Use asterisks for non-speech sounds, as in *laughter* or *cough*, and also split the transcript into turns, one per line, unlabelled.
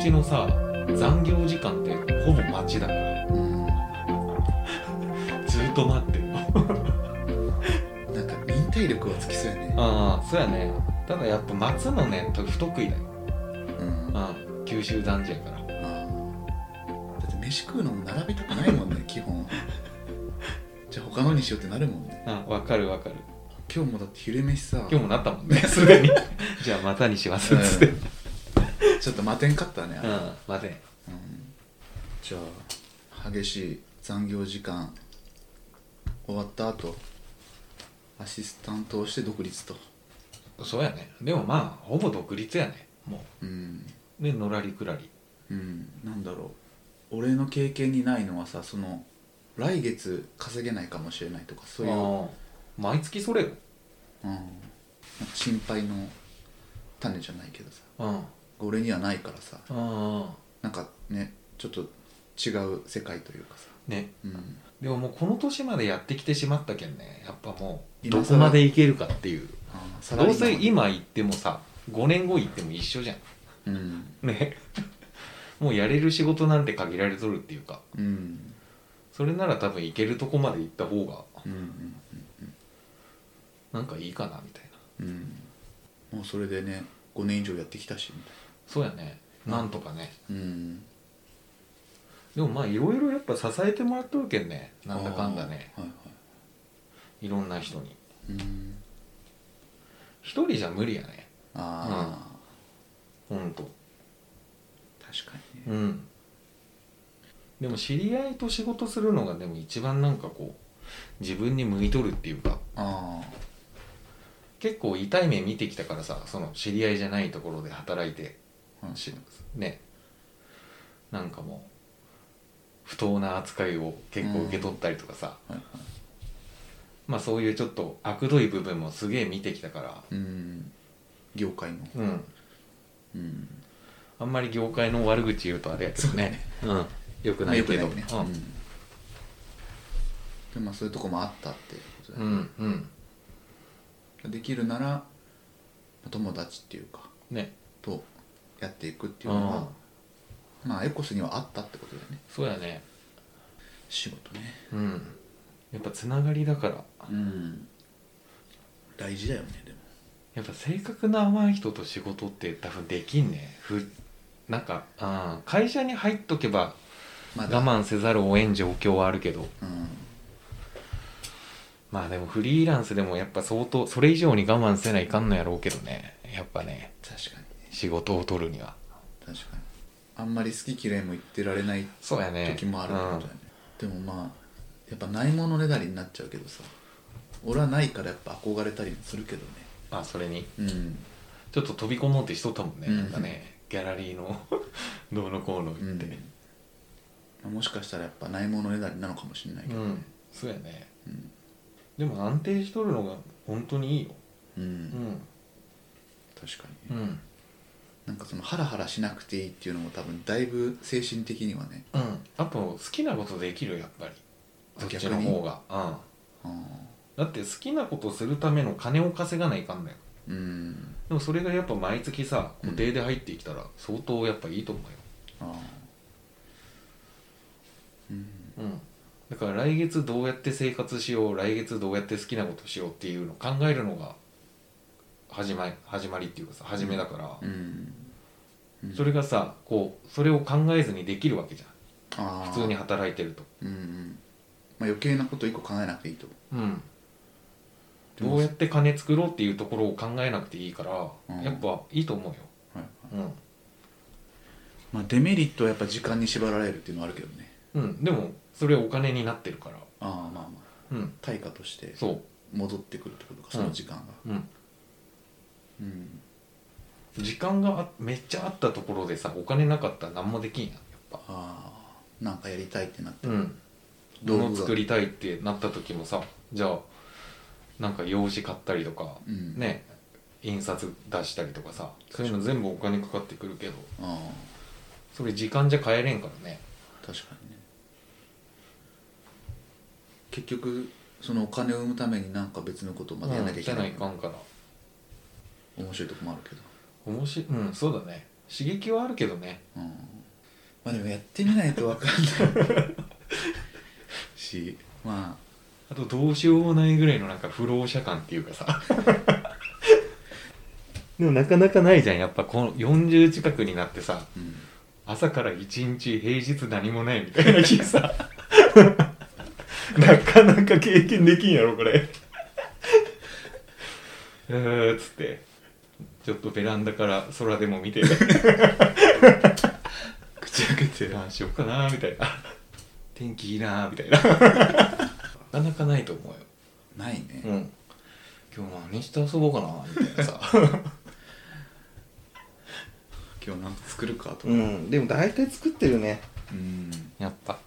ちのさ残業時間ってほぼ待ちだから
うん
ずっと待ってる
なんか忍耐力はつきそうやね
ああそうやねただやっぱ待つのねと不得意だよ
うんあ
うん九州男児やから
ーだって飯食うのも並べたくないもんね基本じゃあ他のにしようってなるもんね
うんわかるわかる
今日もだって昼飯さ
今日もなったもんね *laughs* すでにじゃあまたにしますっつってうん
うんちょっと待てんかったね、
待て
うんじゃあ激しい残業時間終わった後アシスタントをして独立と
そうやねでもまあほぼ独立やねも
うん
うでのらりくらり
うんなんだろう俺の経験にないのはさその来月稼げないかもしれないとかそういう、うん、
ああ毎月それよ
なんか心配の種じゃないけどさ
うんあ
俺にはないからさ
あ
なんかねちょっと違う世界というかさ
ね
うん
でももうこの年までやってきてしまったけんねやっぱもう
今
ど
更
こまでいけるかっていう
あーサラ
ど
リ
う
ーマ
せ
ン
今行ってもさ5年後行っても一緒じゃん
うん
*laughs* ねもうやれる仕事なんて限られとるっていうか
うん
それなら多分行けるとこまで行った方が
うんうん
なんかいいかなみたいな
うんもうそれでね5年以上やってきたしみたい
そうやねなんとかね
なうん
でもまあいろいろやっぱ支えてもらっとるけんねなんだかんだね
あーはい
ろんな人に
いはいうん
一人じゃ無理やね
ああ、
ほんと
確かにね
うんでも知り合いと仕事するのがでも一番なんかこう自分に向いとるっていうか
ああ
結構痛い目見てきたからさその知り合いじゃないところで働いて
話
ねなんかもう不当な扱いを結構受け取ったりとかさ、
はいはい
まあそういうちょっと悪どい部分もすげえ見てきたから
うん業界の
うん
うん
あんまり業界の悪口言うとあれやけどねうんよくないけど
まあ良くないね、うんでもまあそういうとこもあったっていうことだ
う
ね
んうん
できるなら友達っていうか
ね
とやっていくっていううのが
ん
まあエコスにはあったってことだよね
そうやね
仕事ね
うんやっぱつながりだから
うん大事だよねでも
やっぱ性格の甘い人と仕事って多分できんねふなんか、うん、会社に入っとけば
まだ
我慢せざるを得ん状況はあるけど
うん
まあでもフリーランスでもやっぱ相当それ以上に我慢せないかんのやろうけどねやっぱね
確かにね
仕事を取るには
確かにあんまり好き嫌いも言ってられない
そうやね
時もあるってことだよね、でもまあやっぱないものねだりになっちゃうけどさ俺はないからやっぱ憧れたりもするけどね
うん、あそれに
うん
ちょっと飛び込もうってしとったもんね、
うん
なんかねギャラリーの *laughs* どうのこうの
う
言っ
ん
て、
まあもしかしたらやっぱないものねだりなのかもしれないけどね
そうやね
うん、
でも安定しとるのが本当にいいよ
うん
うん
確か
う
にね、
ん
なんかそのハラハラしなくていいっていうのも多分だいぶ精神的にはね
うんあと好きなことできるよやっぱり
あ
そっちの方がうん
あ
だって好きなことするための金を稼がないかんだよ
ーうん
でもそれがやっぱ毎月さ
うん
固定で入ってきたら相当やっぱいいと思
ああうん
うよ、うん、だから来月どうやって生活しよう来月どうやって好きなことしようっていうのを考えるのが始まり始まりっていうかさ始めだから、
うんうん
それがさこうそれを考えずにできるわけじゃ
あ
ん
ー
普通に働いてると
うんうんまあ、余計なこと一個考えなくていいと
うんどうやって金作ろうっていうところを考えなくていいから、
うん
やっぱいいと思うよ
はい
うん
まあ、デメリットはやっぱ時間に縛られるっていうのはあるけどね
うん、でもそれお金になってるから
ああまあまあ
うん
対価として
そ
戻ってくるってことかその時間が
う、うん、
うん、
時間があめっちゃあったところでさお金なかったら何もできんやんやっぱ
ああなんかやりたいってなって
うん
道具が
物作りたいってなった時もさじゃあなんか用紙買ったりとか、
うん
ね印刷出したりとかさそういうの全部お金かかってくるけど
あ
それ時間じゃ買えれんからね
あ確かにね結局そのお金を生むためになんか別のことをまたやらなきゃいけない,、
うんじゃないかんから
面白いとこもあるけど
面白いうんそうだね刺激はあるけどね
うんまあでもやってみないと分かんない *laughs* しまあ
あとどうしようもないぐらいのなんか不老者感っていうかさでもなかなかないじゃんやっぱこの40近くになってさ
うん
朝から一日平日何もないみたいな日さなかなか経験できんやろこれ *laughs* うーっつってちょっとベランダから空でも見て
口開けて
何しようかなみたいな *laughs* 天気いいなみたいななかなかないと思うよ
ないね、
うん、今日何して遊ぼうかなみたいな *laughs* さ、
今日なんか作るかとか
ん、でも大体作ってるね
うん
やっぱ